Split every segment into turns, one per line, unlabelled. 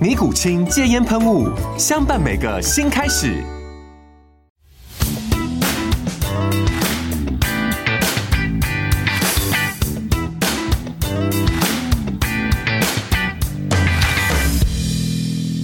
尼古清戒烟喷雾，相伴每个新开始。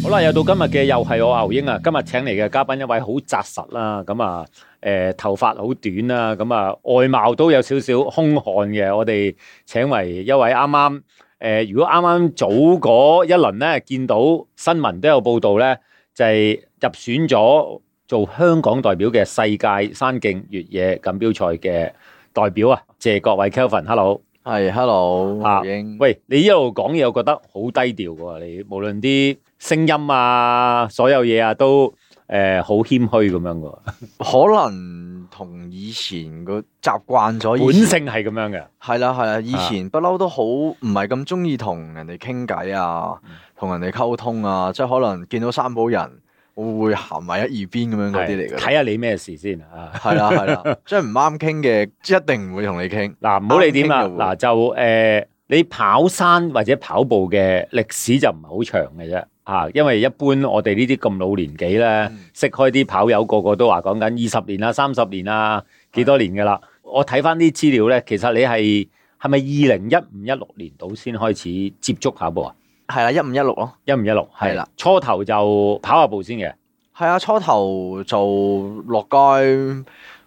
好啦，又到今日嘅又係我牛英啊！今日請嚟嘅嘉賓一位好扎實啦，咁啊，诶、頭髮好短啦，咁啊，外貌都有少少兇悍嘅。我哋請為一位啱啱诶，如果啱啱早嗰一輪咧，見到新聞都有報道咧，就係入選咗做香港代表嘅世界山徑越野錦標賽嘅代表啊，謝國偉 Kelvin，hello。
系，hello，
啊
胡英，
喂，你一路講嘢，我覺得好低調嘅喎。你無論啲聲音啊，所有嘢啊，都誒好、謙虛咁樣嘅喎。
啊可能同以前個習慣咗，
本
以前
性啊係咁樣嘅。
係啦係啦，以前不嬲都好唔係咁中意同人哋傾偈啊，
嗯
同人哋溝通啊，即係可能見到三寶人，我會行埋一二邊咁樣嗰啲
係
嚟嘅，
睇下你咩事先啊！
係啦係 啦，即係唔啱傾嘅，一定唔會同你傾。
嗱，唔好理點啦。啊
啱傾嘅喎
嗱，就誒、你跑山或者跑步嘅歷史就唔係好長嘅啫。啊，因為一般我哋呢啲咁老年紀咧
嗯，
識開啲跑友個個都話講緊二十年啦、三十年啦、幾多年噶啦。我睇翻啲資料咧，其實你係係咪二零一五一六年到先開始接觸跑步啊？
係啦，一五一六咯，
一五一六係
係啦，
初頭就跑下步先嘅，
係啊，初頭就落街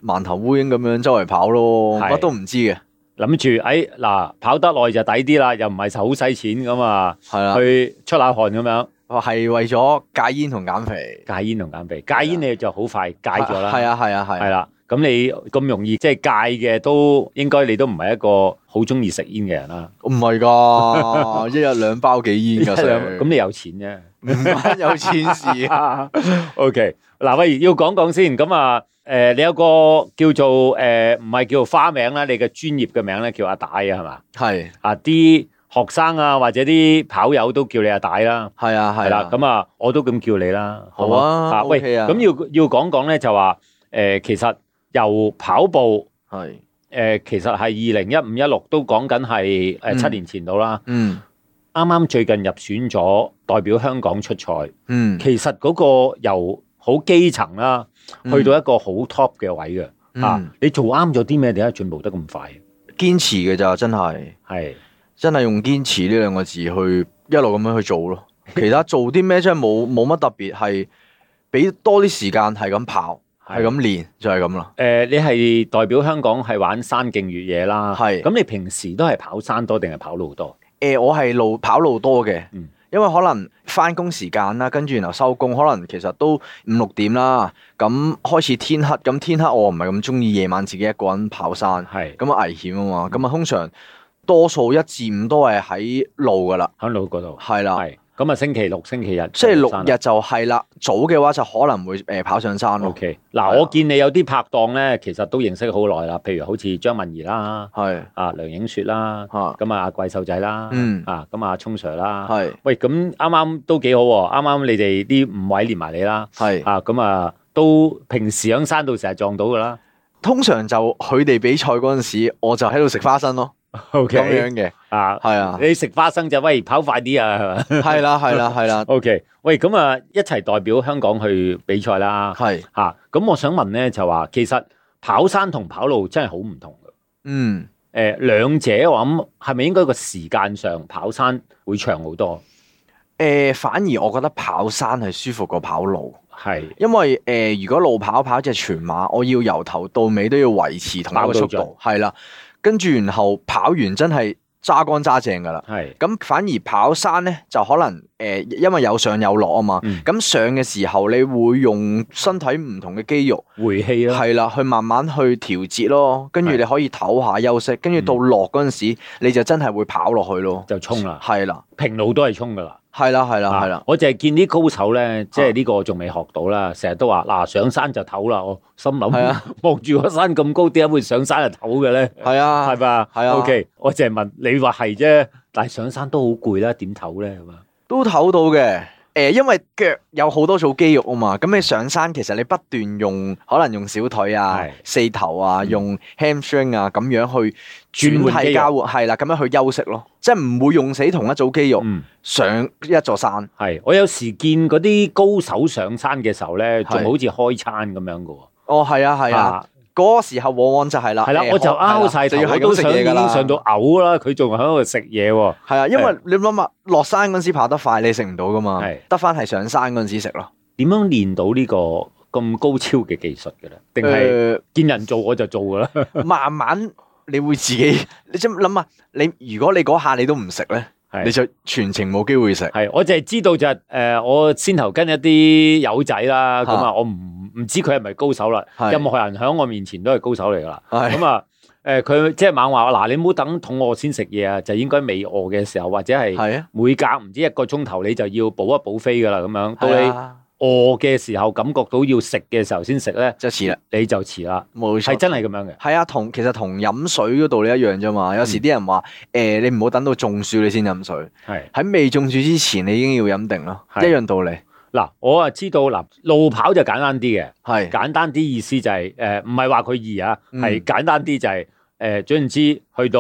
饅頭烏蠅咁樣周圍跑咯，
係
乜都唔知嘅，
諗住誒嗱跑得耐就抵啲啦，又唔係好使錢咁啊，
係啦。
去出下汗咁樣
係為咗戒煙同減肥，
戒煙同減肥，戒煙你就好快戒咗啦，
係啊係啊
係
係啊，
啦。咁你咁容易即係戒嘅都應該你都唔係一個好中意食煙嘅人啦，
唔係 㗎，一日兩包幾煙㗎，
一兩
Sir
咁你有錢啫。
唔關有錢事啊。
O K，嗱，喂，要講講先，咁啊，诶、你有個叫做诶，唔、係叫做花名啦，你嘅專業嘅名咧叫阿大啊， 係嘛？
係
啊啲學生啊或者啲跑友都叫你阿大啦，
係啊
係
係
啦
啦，，
咁啊我都咁叫你啦，
好
唔
啊
喂，
OK 啊
咁要要講講咧就話誒、呃其實由跑步。
係
誒、其實係二零一五一六都講緊係誒七
嗯
年前到啦，
嗯
啱啱、最近入選咗代表香港出賽，
嗯，
其實嗰個由好基層啦，
嗯
去到一個好 top 嘅位嘅、啊
嗯，
你做啱咗啲咩？點解進步得咁快？
堅持嘅咋，真係
係
真係用堅持呢兩個字去一路咁樣去做 咯。其他做啲咩真係冇冇乜特別，係俾多啲時間係咁跑，係咁練就係咁啦。
誒、你係代表香港係玩山徑越野啦，
係
咁你平時都係跑山多定係跑路多？
誒、呃我係路跑路多嘅，
嗯
因為可能翻工時間啦，跟住然後收工，可能其實都五六點啦，咁開始天黑，咁天黑我唔係咁中意夜晚自己一個人跑山，
係
咁啊危險啊
嗯
嘛，咁啊通常多數一至五都係喺路噶啦，
喺路嗰度，
係啦，
係啊咁啊，星期六、星期日，
即係六日就係啦，早嘅話就可能會誒、呃跑上山咯
O，K，
係
嗱，
啊
我見你有啲拍檔咧，其實都認識好耐啦，譬如好似張敏儀啦、
係
啊梁影雪啦，
嚇
咁啊怪獸仔啦，
嗯
啊咁啊聰 Sir 啦，
係
喂，咁啱啱都幾好喎，啱啱你哋呢五位連埋你啦，
係，
啊咁啊都平時喺山度成日撞到噶啦
通常就佢哋比賽嗰陣時，我就喺度食花生咯，
，O
咁樣嘅，
啊，，
係啊
你食花生就喂跑快啲啊，係嘛？
係啦係啦係啦，
O K，喂，咁啊，一齊代表香港去比賽啦，
係
嚇、咁我想問咧，就話其實跑山同跑路真係好唔同嘅。
嗯。
誒、兩者我諗係咪應該個時間上跑山會長好多？
誒、反而我覺得跑山係舒服過跑路，
係係
因為誒、呃如果路跑跑只全馬，我要由頭到尾都要維持同一個速
跑到
度，係啦。跟住然後跑完真係揸乾揸淨㗎啦。
係
咁反而跑山咧，就可能誒、呃因為有上有落啊嘛。
嗯
咁、上嘅時候，你會用身體唔同嘅肌肉，
回氣咯，
係啦，去慢慢去調節咯。跟住
啊係嗯
你可以唞下休息，跟住到落嗰陣時，你就真係會跑落去咯。
就衝啦，
係啦，
平路都係衝噶啦。
係啦，係啦，係
啊
啦，啊
我就係見啲高手咧，即係呢個仲未學到啦，成日都話嗱上山就唞啦，我心
係
諗
啊
望住個山咁高，點解會上山就唞嘅咧？
係啊
係。嘛？
係啊
O K，我淨係問你話係啫，但係上山都好攰啦，點唞啊咧？係嘛？
都唞到嘅。誒、
嗯
因為腳有好多組肌肉啊嘛，咁你上山其實你不斷用，可能用小腿啊
係、
四頭啊、
嗯
用 hamstring 啊咁樣去
轉換肌
轉
肉
替交換，係啦，咁樣去休息咯，即係唔會用死同一組肌肉、
嗯，
上一座山。
係。我有時見嗰啲高手上山嘅時候咧，仲
係
好似開餐咁樣嘅喎。
哦，係啊，係啊，，嗰、個時候往往就係啦，
係啦
誒，
我就拗晒頭，
就要係
我
咁
都
食
想已
嘢㗎
經
啦
上到嘔啦，佢仲喺度食嘢喎。
係啊，因為你諗下落山嗰陣時跑得快，你食唔到噶嘛
係，
得翻係上山嗰陣時食咯。
點樣練到呢個咁高超嘅技術嘅咧？定係
誒
見人做我就做㗎啦？
慢慢你會自己，你即諗下，你如果你嗰下你都唔食咧，
係
你就全程冇機會食。
係，我就係知道就係、呃我先頭跟一啲友仔啦，咁啊，
啊
我唔唔知佢係咪高手啦。
係
任何人喺我面前都係高手嚟噶啦。
係
咁啊，誒佢即係猛話嗱，你唔好等肚餓先食嘢啊，就應該未餓嘅時候，或者係
係啊，
每隔唔知一個鐘頭你就要補一補飛噶啦，咁樣到
係
你
啊，
餓嘅時候，感覺到要食嘅時候先食咧，
就遲啦，
你就遲啦。
冇
係
錯。
真係咁樣嘅，
係啊，同其實同飲水嗰道理一樣啫嘛。有時啲人話誒，你唔好等到中暑你先飲水，
係
喺未中暑之前你已經要飲定咯，一
係
樣道理。
嗱，我啊知道嗱，路跑就簡單啲嘅。
係
簡單啲意思就係、誒，唔係話佢易啊，
嗯
係、簡單啲就係、誒，總言之，去到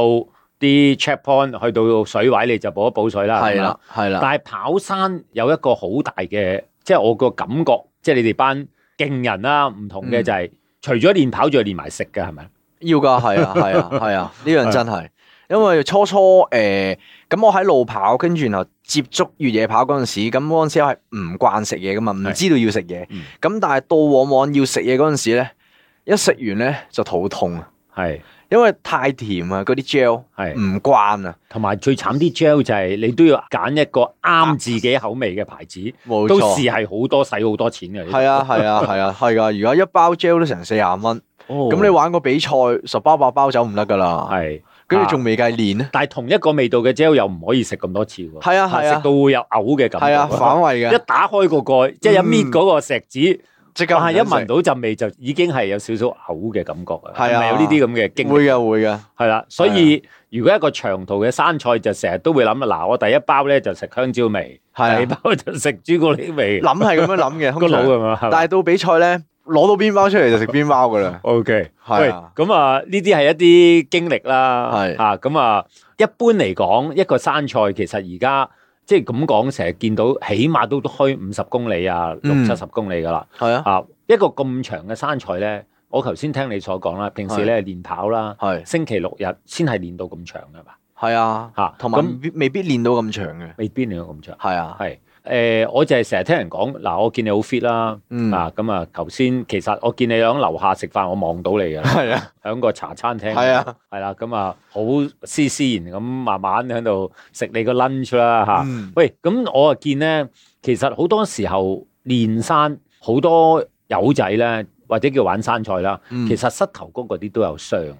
啲 checkpoint，去到水位你就補一補水啦。咁
係
樣
啦，，係
但
啦，
係跑山有一個好大嘅，即係我個感覺，即係你哋班勁人啦、唔同嘅
嗯
就係、除咗練跑，仲要練埋食嘅，係咪？
要㗎，係啊，係啊，係啊，呢樣真係。因為初初誒咁，我喺路跑，跟住然後接觸越野跑嗰陣時，咁嗰陣時我係唔慣食嘢噶嘛，唔
係
知道要食嘢。咁
嗯
但係到往往要食嘢嗰陣時咧，一食完咧就肚痛啊，
係
因為太甜啊，嗰啲 gel
係，
唔慣啊，
同埋最慘啲 gel 就係你都要揀一個啱自己口味嘅牌子，
啊冇
都
錯。
試係好多使好多錢嘅。
係啊 係啊係啊係噶，而家一包 gel 都成四廿蚊，
哦，
咁你玩個比賽十包八包走唔得噶啦，
係。
跟住仲未計啊練咧，
但係同一個味道嘅 gel 又唔可以食咁多次喎。
係啊係
食
啊
到會有嘔嘅感覺。
係啊反胃
一
嘅，
打開個蓋，即係一搣嗰個石子，
即刻唔
哇！一
想食
聞到陣味就已經係有少少嘔嘅感覺啊。
係啊
咪有呢啲咁嘅經歷
會啊嘅會嘅，
係啦。所以如果一個長途嘅生菜，就成日都會諗嗱，我第一包咧就食香蕉味，第
係
二
啊
包就食朱古力味，
諗係咁樣諗嘅，
個腦
通
啊
常
咁樣係
但
咪。
係到比賽咧，攞到邊包出嚟就食邊包噶啦
O K。喂，
係啊，
咁啊，呢啲係一啲經歷啦，
係
啊，咁啊，一般嚟講，一個山賽其實而家即係咁講，成日見到起碼都開五十公里啊，六
嗯
七十公里噶啦，
係啊，
啊，一個咁長嘅山賽咧，我頭先聽你所講啦，平時咧練跑啦，
係
星期六日先係練到咁長噶嘛，
係啊，
嚇
同埋
咁
未必未必練到咁長嘅。
未必練到咁長，
係啊，
係。誒、我就係成日聽人講，嗱，我見你好 fit 啦，
嗯，
啊，咁啊，頭先其實我見你喺樓下食飯，我望到你㗎啦。
係啊，
喺個茶餐廳，
係啊，
係啦，咁啊，好斯斯然咁慢慢喺度食你個 lunch 啦嚇。
嗯
喂，咁我啊見咧，其實好多時候練山好多友仔咧，或者叫玩山賽啦，
嗯
其實膝頭哥嗰啲都有傷嘅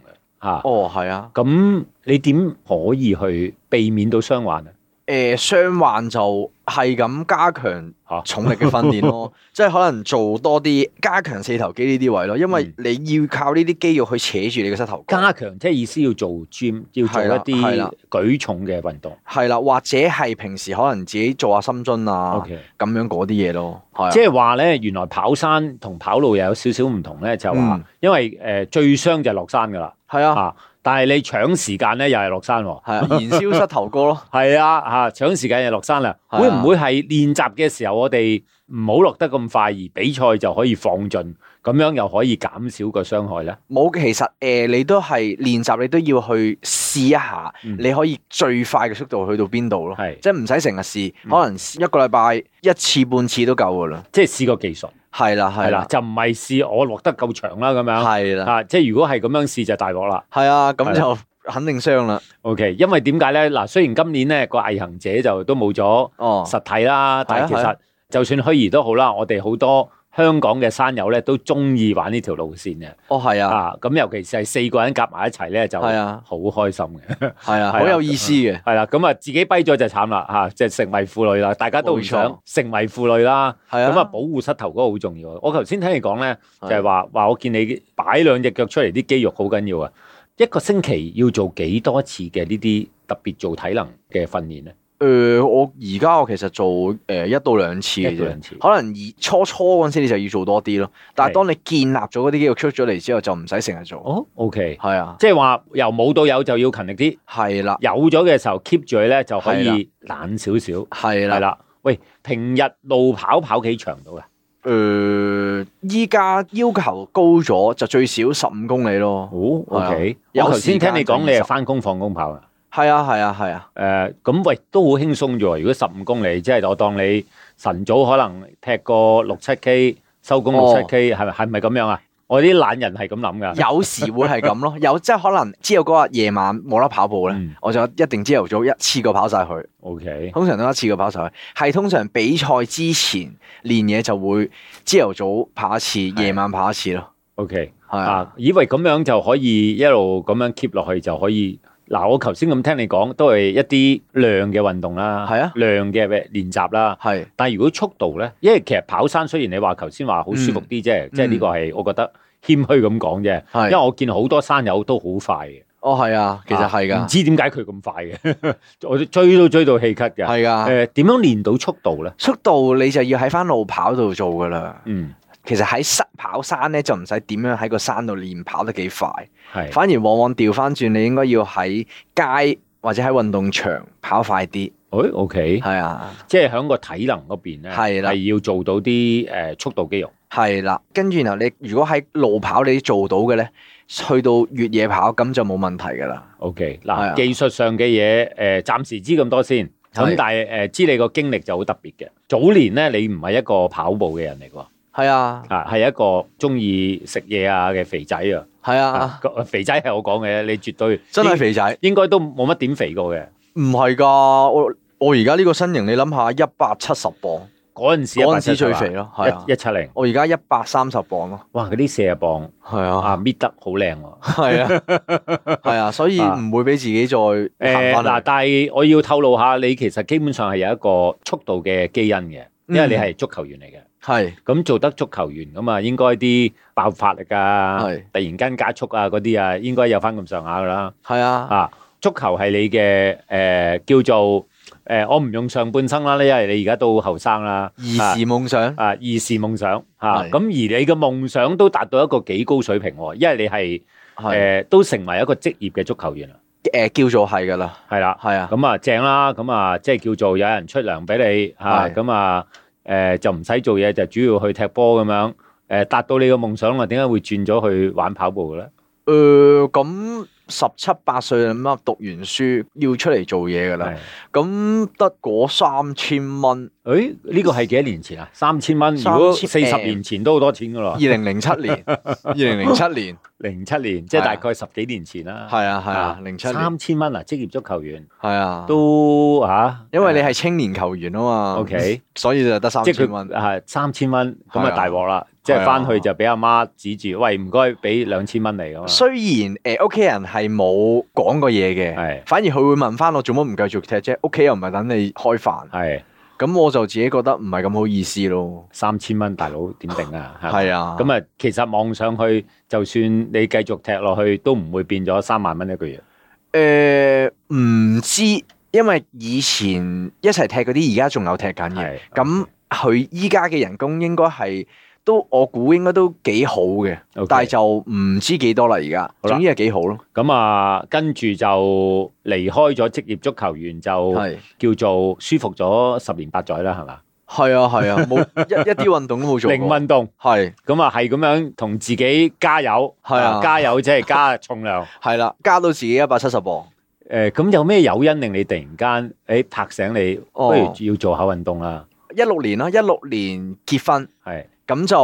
嚇。
哦，係啊，
咁、你點可以去避免到傷患啊？
誒傷患就係咁加強
嚇
重力嘅訓練 咯，即係可能做多啲加強四頭肌呢啲位咯，因為你要靠呢啲肌肉去扯住你嘅膝頭哥，
嗯加強即係意思要做 gym，要做
係
一
啦係
啲
啦
舉重嘅運動。
係啦，或者係平時可能自己做下深蹲啊
OK。
咁樣嗰啲嘢咯，係啊
即係話咧，原來跑山同跑路又有少少唔同咧，就話、
嗯
因為誒、呃最傷就係落山噶啦
係啊，
嚇，但係你搶時間咧又係落山喎，
係啊，燃燒膝頭 哥咯，
係啊嚇，搶時間又落山啦。
係啊
會唔會係練習嘅時候我哋唔好落得咁快，而比賽就可以放盡，咁樣又可以減少個傷害咧？
冇，其實诶、呃你都係練習，你都要去試一下，
嗯
你可以最快嘅速度去到邊度咯。
係
即係唔使成日試，
嗯
可能一個禮拜一次半次都夠噶啦。
即係試個技術
係啦，
係
係
啦
啦，，
就唔係試我落得夠長啦咁樣
係啦，
啊！即係如果係咁樣試就大鑊啦。
係啊，
係
咁
啦
就肯定傷啦。
OK，因為點解咧？嗱，雖然今年咧個毅行者就都冇咗。
哦，
實體啦，但係其
係
實
啊
就算虛擬都好啦，我哋好多香港嘅山友咧都中意玩呢條路線嘅
哦，係啊，
啊，咁尤其是係四個人夾埋一齊咧就
係
好
啊，
開心嘅，
係
係啦
啊，好有意思嘅，
係啦，咁啊自己跛咗就慘啦嚇，即係成為婦女啦，大家都唔
冇錯
想成為婦女啦，
係啊。
咁啊保護膝頭嗰個好重要啊。我頭先聽你講咧，就
係
係話話我見你擺兩隻腳出嚟啲肌肉好緊要啊，一個星期要做幾多次嘅呢啲特別做體能嘅訓練咧？
誒、呃我而家我其實做誒、一到兩次嘅
一到兩
啫
次，
可能而初初嗰陣時你就要做多啲咯。但係當你建立咗嗰啲肌肉出咗嚟之後，就唔使成日做。
哦，OK。
係啊，
即係話由冇到有就要勤力啲，
係啦，
有咗嘅時候 keep 住佢咧就可
係
以懶少少，
係
係
啦。
啦。喂，平日路跑跑幾長到噶？啊
誒，依家、要求高咗，就最少十五公里咯。
哦
係啊
，OK。我
有
頭先
時間
聽你講，
就
你係
20
翻工放工跑啊？
係啊，係啊， 係啊，
誒、咁喂都好輕鬆啫喎。如果十五公里，即係我當你晨早可能踢個六七 K，收工六
哦
七 K，係咪係咪咁樣啊？我啲懶人係咁諗㗎。
有時會係咁咯。有即係可能知道嗰日夜晚冇得跑步咧，
嗯
我就一定朝頭早一次過跑晒佢。
OK，
通常都一次過跑晒去，係通常比賽之前練嘢就會朝頭早跑一次，
係
夜晚跑一次咯。
OK。
係啊
啊，，以為咁樣就可以一路咁樣 keep 落去就可以。嗱，我頭先咁聽你講，都係一啲量嘅運動啦，
係啊
量嘅練習啦。
係
但係如果速度咧，因為其實跑山雖然你話頭先話好
嗯
舒服啲啫，即係呢個係我覺得謙虛咁講啫。因為
係，
我見好多山友都好快嘅，
哦係啊，其實係
啊唔
㗎，
知點解佢咁快嘅， 我追都追到氣咳嘅。
係㗎。
誒點樣練到速度咧？
速度你就要喺翻路跑度做㗎啦。
嗯，
其實喺山跑山咧就唔使點樣喺個山度練跑得幾快，
係
反而往往調翻轉，你應該要喺街或者喺運動場跑快啲。
誒 OK，
係啊。
即係喺個體能嗰邊咧，
係啦
係要做到啲誒速度肌肉。
係啦，跟住然後你如果喺路跑你做到嘅咧，去到越野跑咁就冇問題㗎啦。
O K，
係
嗱，
啊
技術上嘅嘢，誒、暫時知咁多先。咁
係
但係誒、知你個經歷就好特別嘅。早年咧，你唔係一個跑步嘅人嚟喎，
係啊，
啊，係一個中意食嘢啊嘅肥仔啊。
係啊
啊，個肥仔係我講嘅，你絕對
真係
應，
肥仔。
應該都冇乜點肥過嘅。
唔係㗎，我我而家呢個身形，你諗下一百七十磅，
嗰陣時陣
嗰陣時最肥咯，係啊
一。一七零，
我而家一百三十磅咯，
哇！嗰啲四十磅
係啊，
啊，搣得好靚喎。
係啊，係啊，所以唔會俾自己再行
誒
翻
嗱、
嚟。
但係我要透露下，你其實基本上係有一個速度嘅基因嘅，因
嗯
為你係足球員嚟嘅。
係
咁做得足球員咁啊，應該啲爆發力啊，
係
突然間加速啊嗰啲啊，應該有翻咁上下噶啦。
係啊，
啊，足球係你嘅誒、呃叫做誒、呃我唔用上半生啦，因為你而家都好後生啦。
兒時夢想
啊，兒時夢想嚇，啊
係
咁、而你嘅夢想都達到一個幾高水平喎，因為你係誒、
係
呃都成為一個職業嘅足球員啦，
誒叫做係㗎啦，
係啦。
係啊，
咁啊正啦，咁啊即係叫做有人出糧俾你嚇，
係
咁啊誒就唔使做嘢，就主要去踢波咁樣。誒達到你嘅夢想啦，點解會轉咗去玩跑步嘅咧？
誒咁十七八歲咁啊，讀完書要出嚟做嘢㗎啦，咁得嗰三千 蚊，
誒呢個係幾多年前啊？三千蚊，如
三千
果四十年前都好多錢噶
二
咯，
零零七年，二零零七年，
零七年即係
係啊
大概十幾年前啦。
係啊係啊，零七年，
三千蚊啊！職業足球員
係啊，
都啊嚇，
因為你係青年球員啊嘛
OK
所以就得三
啊即係
千
佢
蚊。
係三千蚊，咁
係
啊
啊
大鑊啦！即
係
係
啊
翻去就俾阿媽指住，喂唔該俾兩千蚊嚟咁啊！
雖然誒屋企人係冇講過嘢
係
嘅，反而佢會問翻我做乜唔繼續踢啫？屋企又唔係等你開飯，
係
咁我就自己覺得唔係咁好意思咯。
三千蚊，大佬點定啊？係咪
係啊，咁
咁啊，其實望上去，就算你繼續踢落去，都唔會變咗三萬蚊一個月。
誒唔知，因為以前一齊踢嗰啲而家仲有踢緊
係
嘅，咁佢依家嘅人工應該係都我估應該都幾好嘅
OK
但係就唔知幾多啦而家，
好啦
總之係幾好咯，
咁啊，跟住就離開咗職業足球員，就
係
叫做舒服咗十年八載啦，係嘛？
係啊 係啊，冇一一啲運動都冇做
零
過，
運動，
係
咁啊係咁樣同自己加油，
係啊
加油即係加重 量。
係啦，加到自己一百七十磅。
诶，咁、有咩誘因令你突然間诶拍醒你，
哦
不如要做下運動啦？
一六年啦，一六年結婚，
係
咁就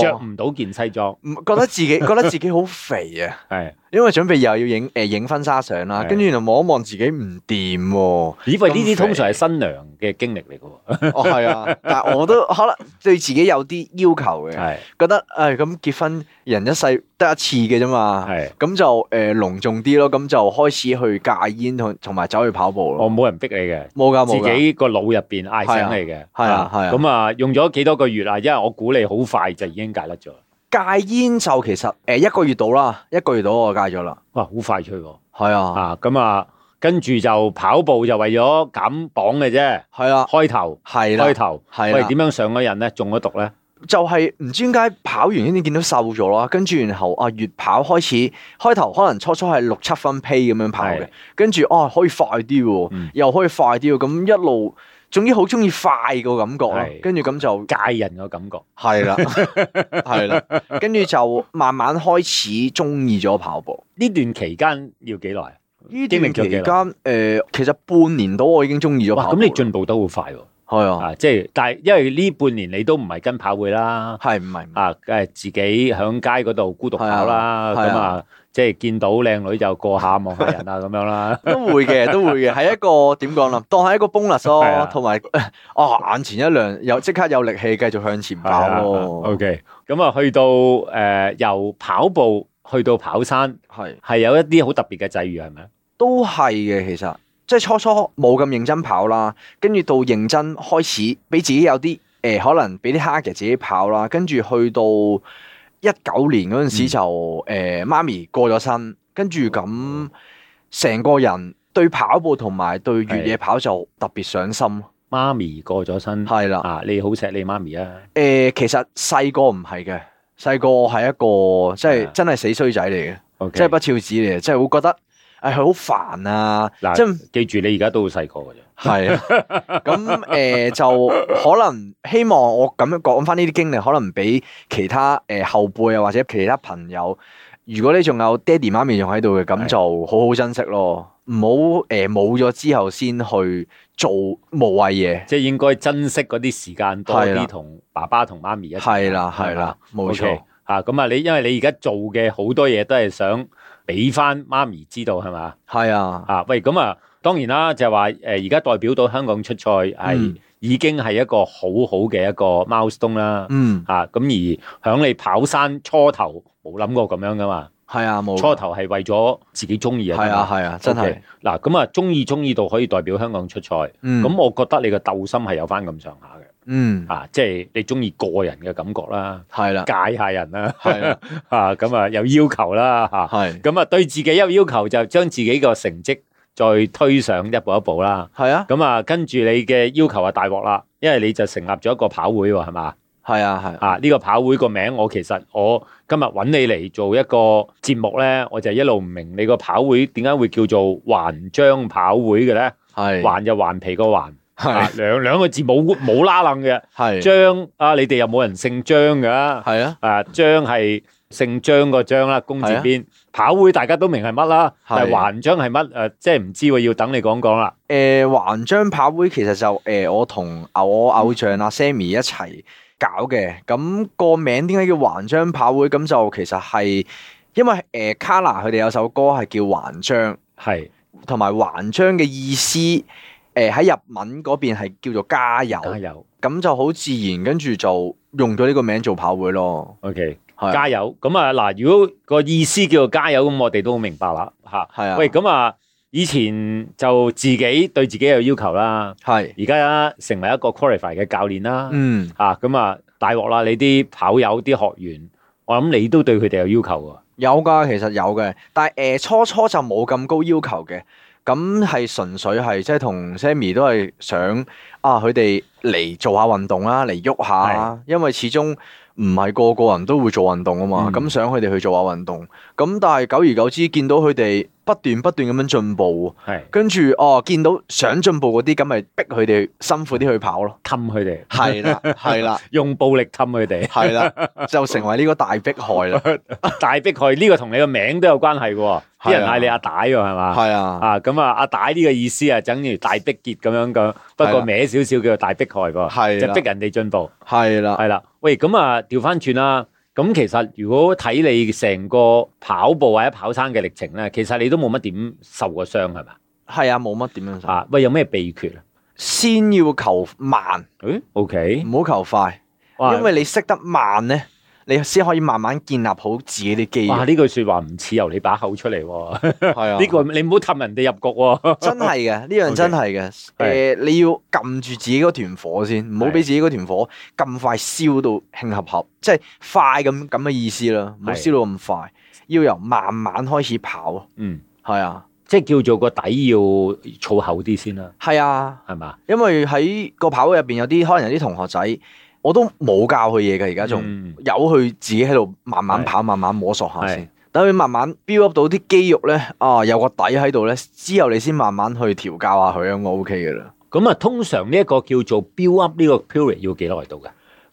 着
望
唔到件西裝，
唔覺得 自己覺得自己好肥啊，
係
因為準備又要影誒影婚紗相啦，
係啊
跟住原來望一望自己唔掂 喎，哦
咦？喂，
咁
呢啲通常係
肥
新娘嘅經歷嚟嘅喎，
係啊，但係我都可能對自己有啲要求嘅，
係
覺得誒咁、結婚人一世得一次嘅啫嘛，
係，
咁就誒、呃、隆重啲咯，咁就開始去戒煙同同埋走去跑步
我
咯。
冇人逼你嘅，
冇㗎
自
啊冇㗎，
己個腦入邊嗌醒你嘅，
係啊係啊
咁啊，用咗幾多個月啊？因為我估你好快就已經戒甩咗啦，
戒煙就其實誒、呃一個月到啦，一個月到我戒咗啦。
哇，好快脆喎！
係啊，
啊，咁啊，跟住就跑步就為咗減磅嘅啫，
係啦，
開頭
啊
開
係啦，
頭，喂，
係啦
點，樣上咗癮咧？中咗毒咧？
就係唔知點解跑完先至見到瘦咗啦，跟住然後啊越跑開始，開頭可能初初係六七分 p 咁樣跑
係
嘅，跟住哦可以快啲喎，
嗯
又可以快啲喎，咁一路總之好中意快個感覺啦
係，
跟住咁就
戒人嘅感覺，
係 啦，係啦，跟住就慢慢開始中意咗跑步。
呢段期間要幾耐啊？
呢
經歷
段
咗
期
幾耐
間，誒、其實半年到我已經中意咗
哇！
跑步
咁
啦。
你進步都好快喎，
係啊，
啊，即係但係因為呢半年你都唔係跟跑會啦，
係唔係唔係？
啊誒自己喺街嗰度孤獨跑啦，
嗯係啊
咁啊即係見到靚女就過下望下人啊咁樣啦，
都 會嘅，都會嘅，係一個點講啦，當係一個 bonus
係啊
咯，同埋 哦眼前一亮，有即刻有力氣繼續向前跑咯，
啊 OK，咁啊去到誒由跑步去到跑山，
係
係有一啲好特別嘅際遇係咪？
都係嘅，其實即係初初冇咁認真跑啦，跟住到認真開始，俾自己有啲誒、可能俾啲 target 自己跑啦，跟住去到一九年嗰陣
嗯
時就誒、媽咪過咗身，跟住咁成個人對跑步同埋對越野跑就特別上心咯，
媽咪過咗身
係啦。
啊，你好錫你媽咪啊，
誒、呃其實細個唔係嘅，細個我係一個即
係啊
係真係死衰仔嚟嘅，即係
OK，
不肖子嚟嘅，即係會覺得誒佢好煩啊，
嗱
即係
記住你而家都好細個嘅啫，
係啊。 咁誒、呃就可能希望我咁樣講翻呢啲經歷，可能俾其他誒、後輩啊或者其他朋友，如果你仲有爹哋媽咪仲喺度嘅，
係
咁就好好珍惜咯，唔好誒冇咗之後先去做無謂嘢。
即係應該珍惜嗰啲時間多
係
啲
啦
同爸爸同媽咪一齊
係啦，係啦，冇
OK，
錯，
啊，咁啊，你因為你而家做嘅好多嘢都係想俾翻媽咪知道係嘛？
係啊。
啊，喂，咁啊，當然啦，就係話誒，呃而家代表到香港出賽係、
嗯
已經係一個好好嘅一個 milestone 啦。
嗯，
啊，咁而響你跑山初頭冇諗過咁樣噶嘛？
係啊，冇
初頭係為咗自己中意嘅啫嘛
係啊，係啊，真係
OK，嗱，咁啊，中意中意到可以代表香港出賽，咁、
嗯
我覺得你嘅鬥心係有翻咁上下嘅，
嗯
啊，即係你中意個人嘅感覺啦，
係啦，
戒下人啦。
係 啦，
啊，咁啊有要求啦吓，
係
咁啊對自己有要求就將自己個成績再推上一步一步啦。
係啊，
咁啊跟住你嘅要求啊大鑊啦，因為你就成立咗一個跑會喎，係嘛？
係啊，係啊，
啊呢、個跑會個名我其實我今日揾你嚟做一個節目咧，我就一路唔明你個跑會點解會叫做環章跑會嘅咧？
係
環就環皮個環，啊
係
兩兩個字冇冇拉楞嘅
係
章啊！你哋有冇人姓張㗎？
係啊，
啊，張係姓張個張啦，公字邊。跑會大家都明係乜啦，
係
但係環章係乜？誒，即係唔知喎，要等你講講啦。
誒環章跑會其實就誒我同我偶像阿 Sammy 一齊搞嘅，咁個名點解叫環章跑會？咁就其實係因為誒 Kala 佢哋有首歌係叫環章，
係
同埋環章嘅意思誒喺日文嗰邊係叫做加油，
加油
咁就好自然，跟住就用咗呢個名做跑會咯，
，OK，
係啊
加油。咁啊嗱，如果個意思叫做加油，咁我哋都好明白啦嚇。
係啊，
喂，咁啊，以前就自己對自己有要求啦，
係。
而家成為一個 qualify 嘅教練啦，
嗯，
啊咁啊大鑊啦！你啲跑友啲學員，我諗你都對佢哋有要求喎。
有噶，其實有嘅，但係誒、呃初初就冇咁高要求嘅，咁係純粹係即係同 Sammy 都啊係想啊，佢哋嚟做下運動啦，嚟喐下啦，因為始終唔係個個人都會做運動啊嘛，
嗯
咁、想佢哋去做下運動，咁但係久而久之見到佢哋不斷不斷咁樣進步，
係
跟住哦見到想進步嗰啲，咁咪逼佢哋辛苦啲去跑咯。
氹佢哋，
係啦，係啦，
用暴力氹佢 哋，
係啦，就成為呢個大迫害啦。
大逼佢。呢個同你個名都有關係嘅喎，啲人嗌你阿帶喎，係嘛？
啊係啊，
啊，咁啊，阿帶呢個意思啊，等於大逼傑咁樣講，不
係
過
啦
歪少少叫做大逼害喎，
係啊
即係
啦
逼，人哋進步，
係啦，
係啦。喂，咁啊，調翻轉啦，咁其實如果睇你成個跑步或者跑山嘅歷程咧，其實你都冇乜點受過傷係嘛？
係啊，冇乜點樣
啊，喂，有咩秘訣啊？
先要求慢，
誒，OK，
唔好求快，
哇
嗯因為你識得慢咧，你先可以慢慢建立好自己啲肌肉
哇，。 呢句説話唔似由你把口出嚟喎，
係啊
呢個你唔好氹人哋入局喎。
真係嘅，呢 樣
OK
真係嘅。
係
誒，你要撳住自己嗰團火先，唔好俾自己嗰團火咁快燒到興合合，即係快咁咁嘅意思啦，唔好
係
燒到咁快，要由慢慢開始跑咯。
嗯，
係啊，
即係叫做個底要儲厚啲先啦，
係啊，
係嘛？
因為喺個跑會入邊有啲可能有啲同學仔，我都冇教佢嘢嘅，而家仲
嗯
由佢自己喺度慢慢
係
跑，慢慢摸索下
係
先。等佢慢慢 build up 到啲肌肉咧，啊有個底喺度咧，之後你先慢慢去調教下佢，咁我 OK 嘅啦。
咁啊，通常呢一個叫做 build up 呢個 period 要幾耐到㗎？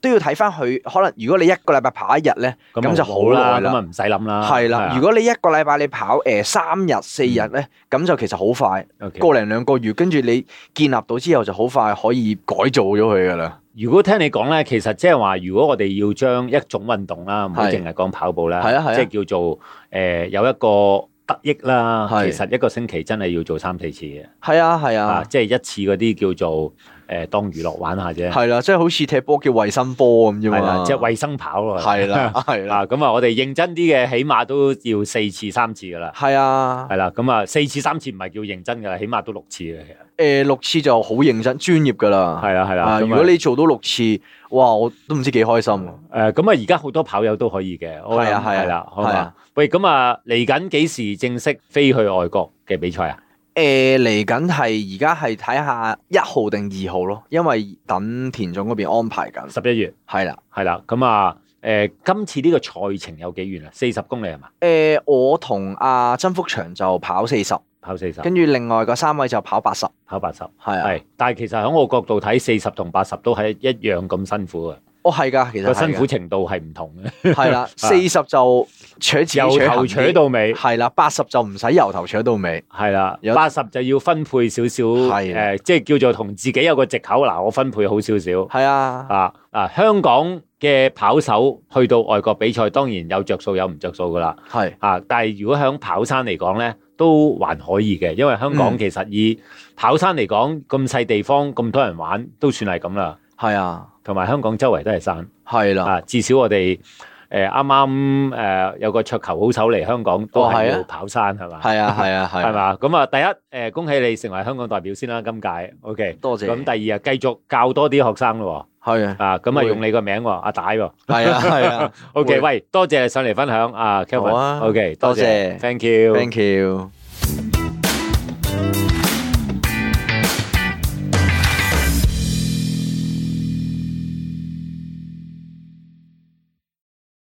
都要睇翻佢，可能如果你一個禮拜跑一日咧，咁就好耐
咁啊
啦。
唔使諗啦。啊
係啦，如果你一個禮拜你跑誒三日四日
嗯
咧，咁就其實好快，
果
個零兩個月，跟住你建立到之後就好快可以改造咗佢噶啦。
如果聽你講咧，其實即係話，如果我哋要將一種運動啦，唔好
係
淨係講跑步啦，
係啊係啊
即係叫做誒、呃有一個得益啦。
係
其實一個星期真係要做三四次嘅，
係啊，係
啊，
啊，
即係一次嗰啲叫做誒、呃、當娛樂玩下啫，
係啦，即係好似踢波叫衞生波咁啫
係啦
嘛。，
即係衞生跑咯。
係啦，係啦，
啊，咁啊，我哋認真啲嘅，起碼都要四次三次噶啦。
係啊，
係啦，咁啊，四次三次唔係叫認真噶啦，起碼都六次嘅。其實
誒呃六次就好認真專業噶啦。
係啦係啦，
啊，
咁啊
如果你做到六次，哇，我都唔知幾開心喎。
誒咁啊，而家好多跑友都可以嘅，我諗
係啊係啊
係啦，好
係
嘛
啊？
喂，咁啊，嚟緊幾時正式飛去外國嘅比賽啊？
誒嚟緊係而家係睇下一號定二號咯，因為等田總嗰邊安排緊。
十一月
係啦，
係啦，咁啊，誒，今次呢個賽程有幾遠啊？四十公里係嘛？
誒、我同阿曾福祥就跑四十，
跑四十，
跟住另外嗰三位就跑八十，
跑八十，
係啊，
係。但係其實喺我角度睇，四十同八十都係一樣咁辛苦嘅，
哦係㗎，其實
個辛苦
係
程度係唔同嘅，
㗎係啦，四十就扯自己
由
扯
頭扯到尾。
係啦，八十就唔使由頭扯到尾，
係啦，
有
八十就要分配少少，
係
誒、即係叫做同自己有個藉口。嗱，我分配好少少，
係啊，
啊啊！香港嘅跑手去到外國比賽，當然有着數有唔着數噶啦
係
啊！但係如果響跑山嚟講咧，都還可以嘅，因為香港
嗯
其實以跑山嚟講，咁細地方咁多人玩，都算係咁啦。
係啊，
同埋香港周圍都係山
係啦，
啊，至少我哋誒啱啱誒有個桌球好手嚟香港，都
哦係
係
啊
要跑山係嘛？
係啊，係啊，
係
係啊，
嘛？咁啊，第一誒，恭喜你成為香港代表先啦，今屆 OK。
多謝，
咁第二啊，繼續教多啲學生咯喎。
係啊，
啊，咁啊
會
用你個名喎，阿帶喎。
係啊，係啊
O K，
會
喂，多謝你上嚟分享啊
好
，Kevin。
啊
O K，多
多謝
謝，Thank you。
，thank you。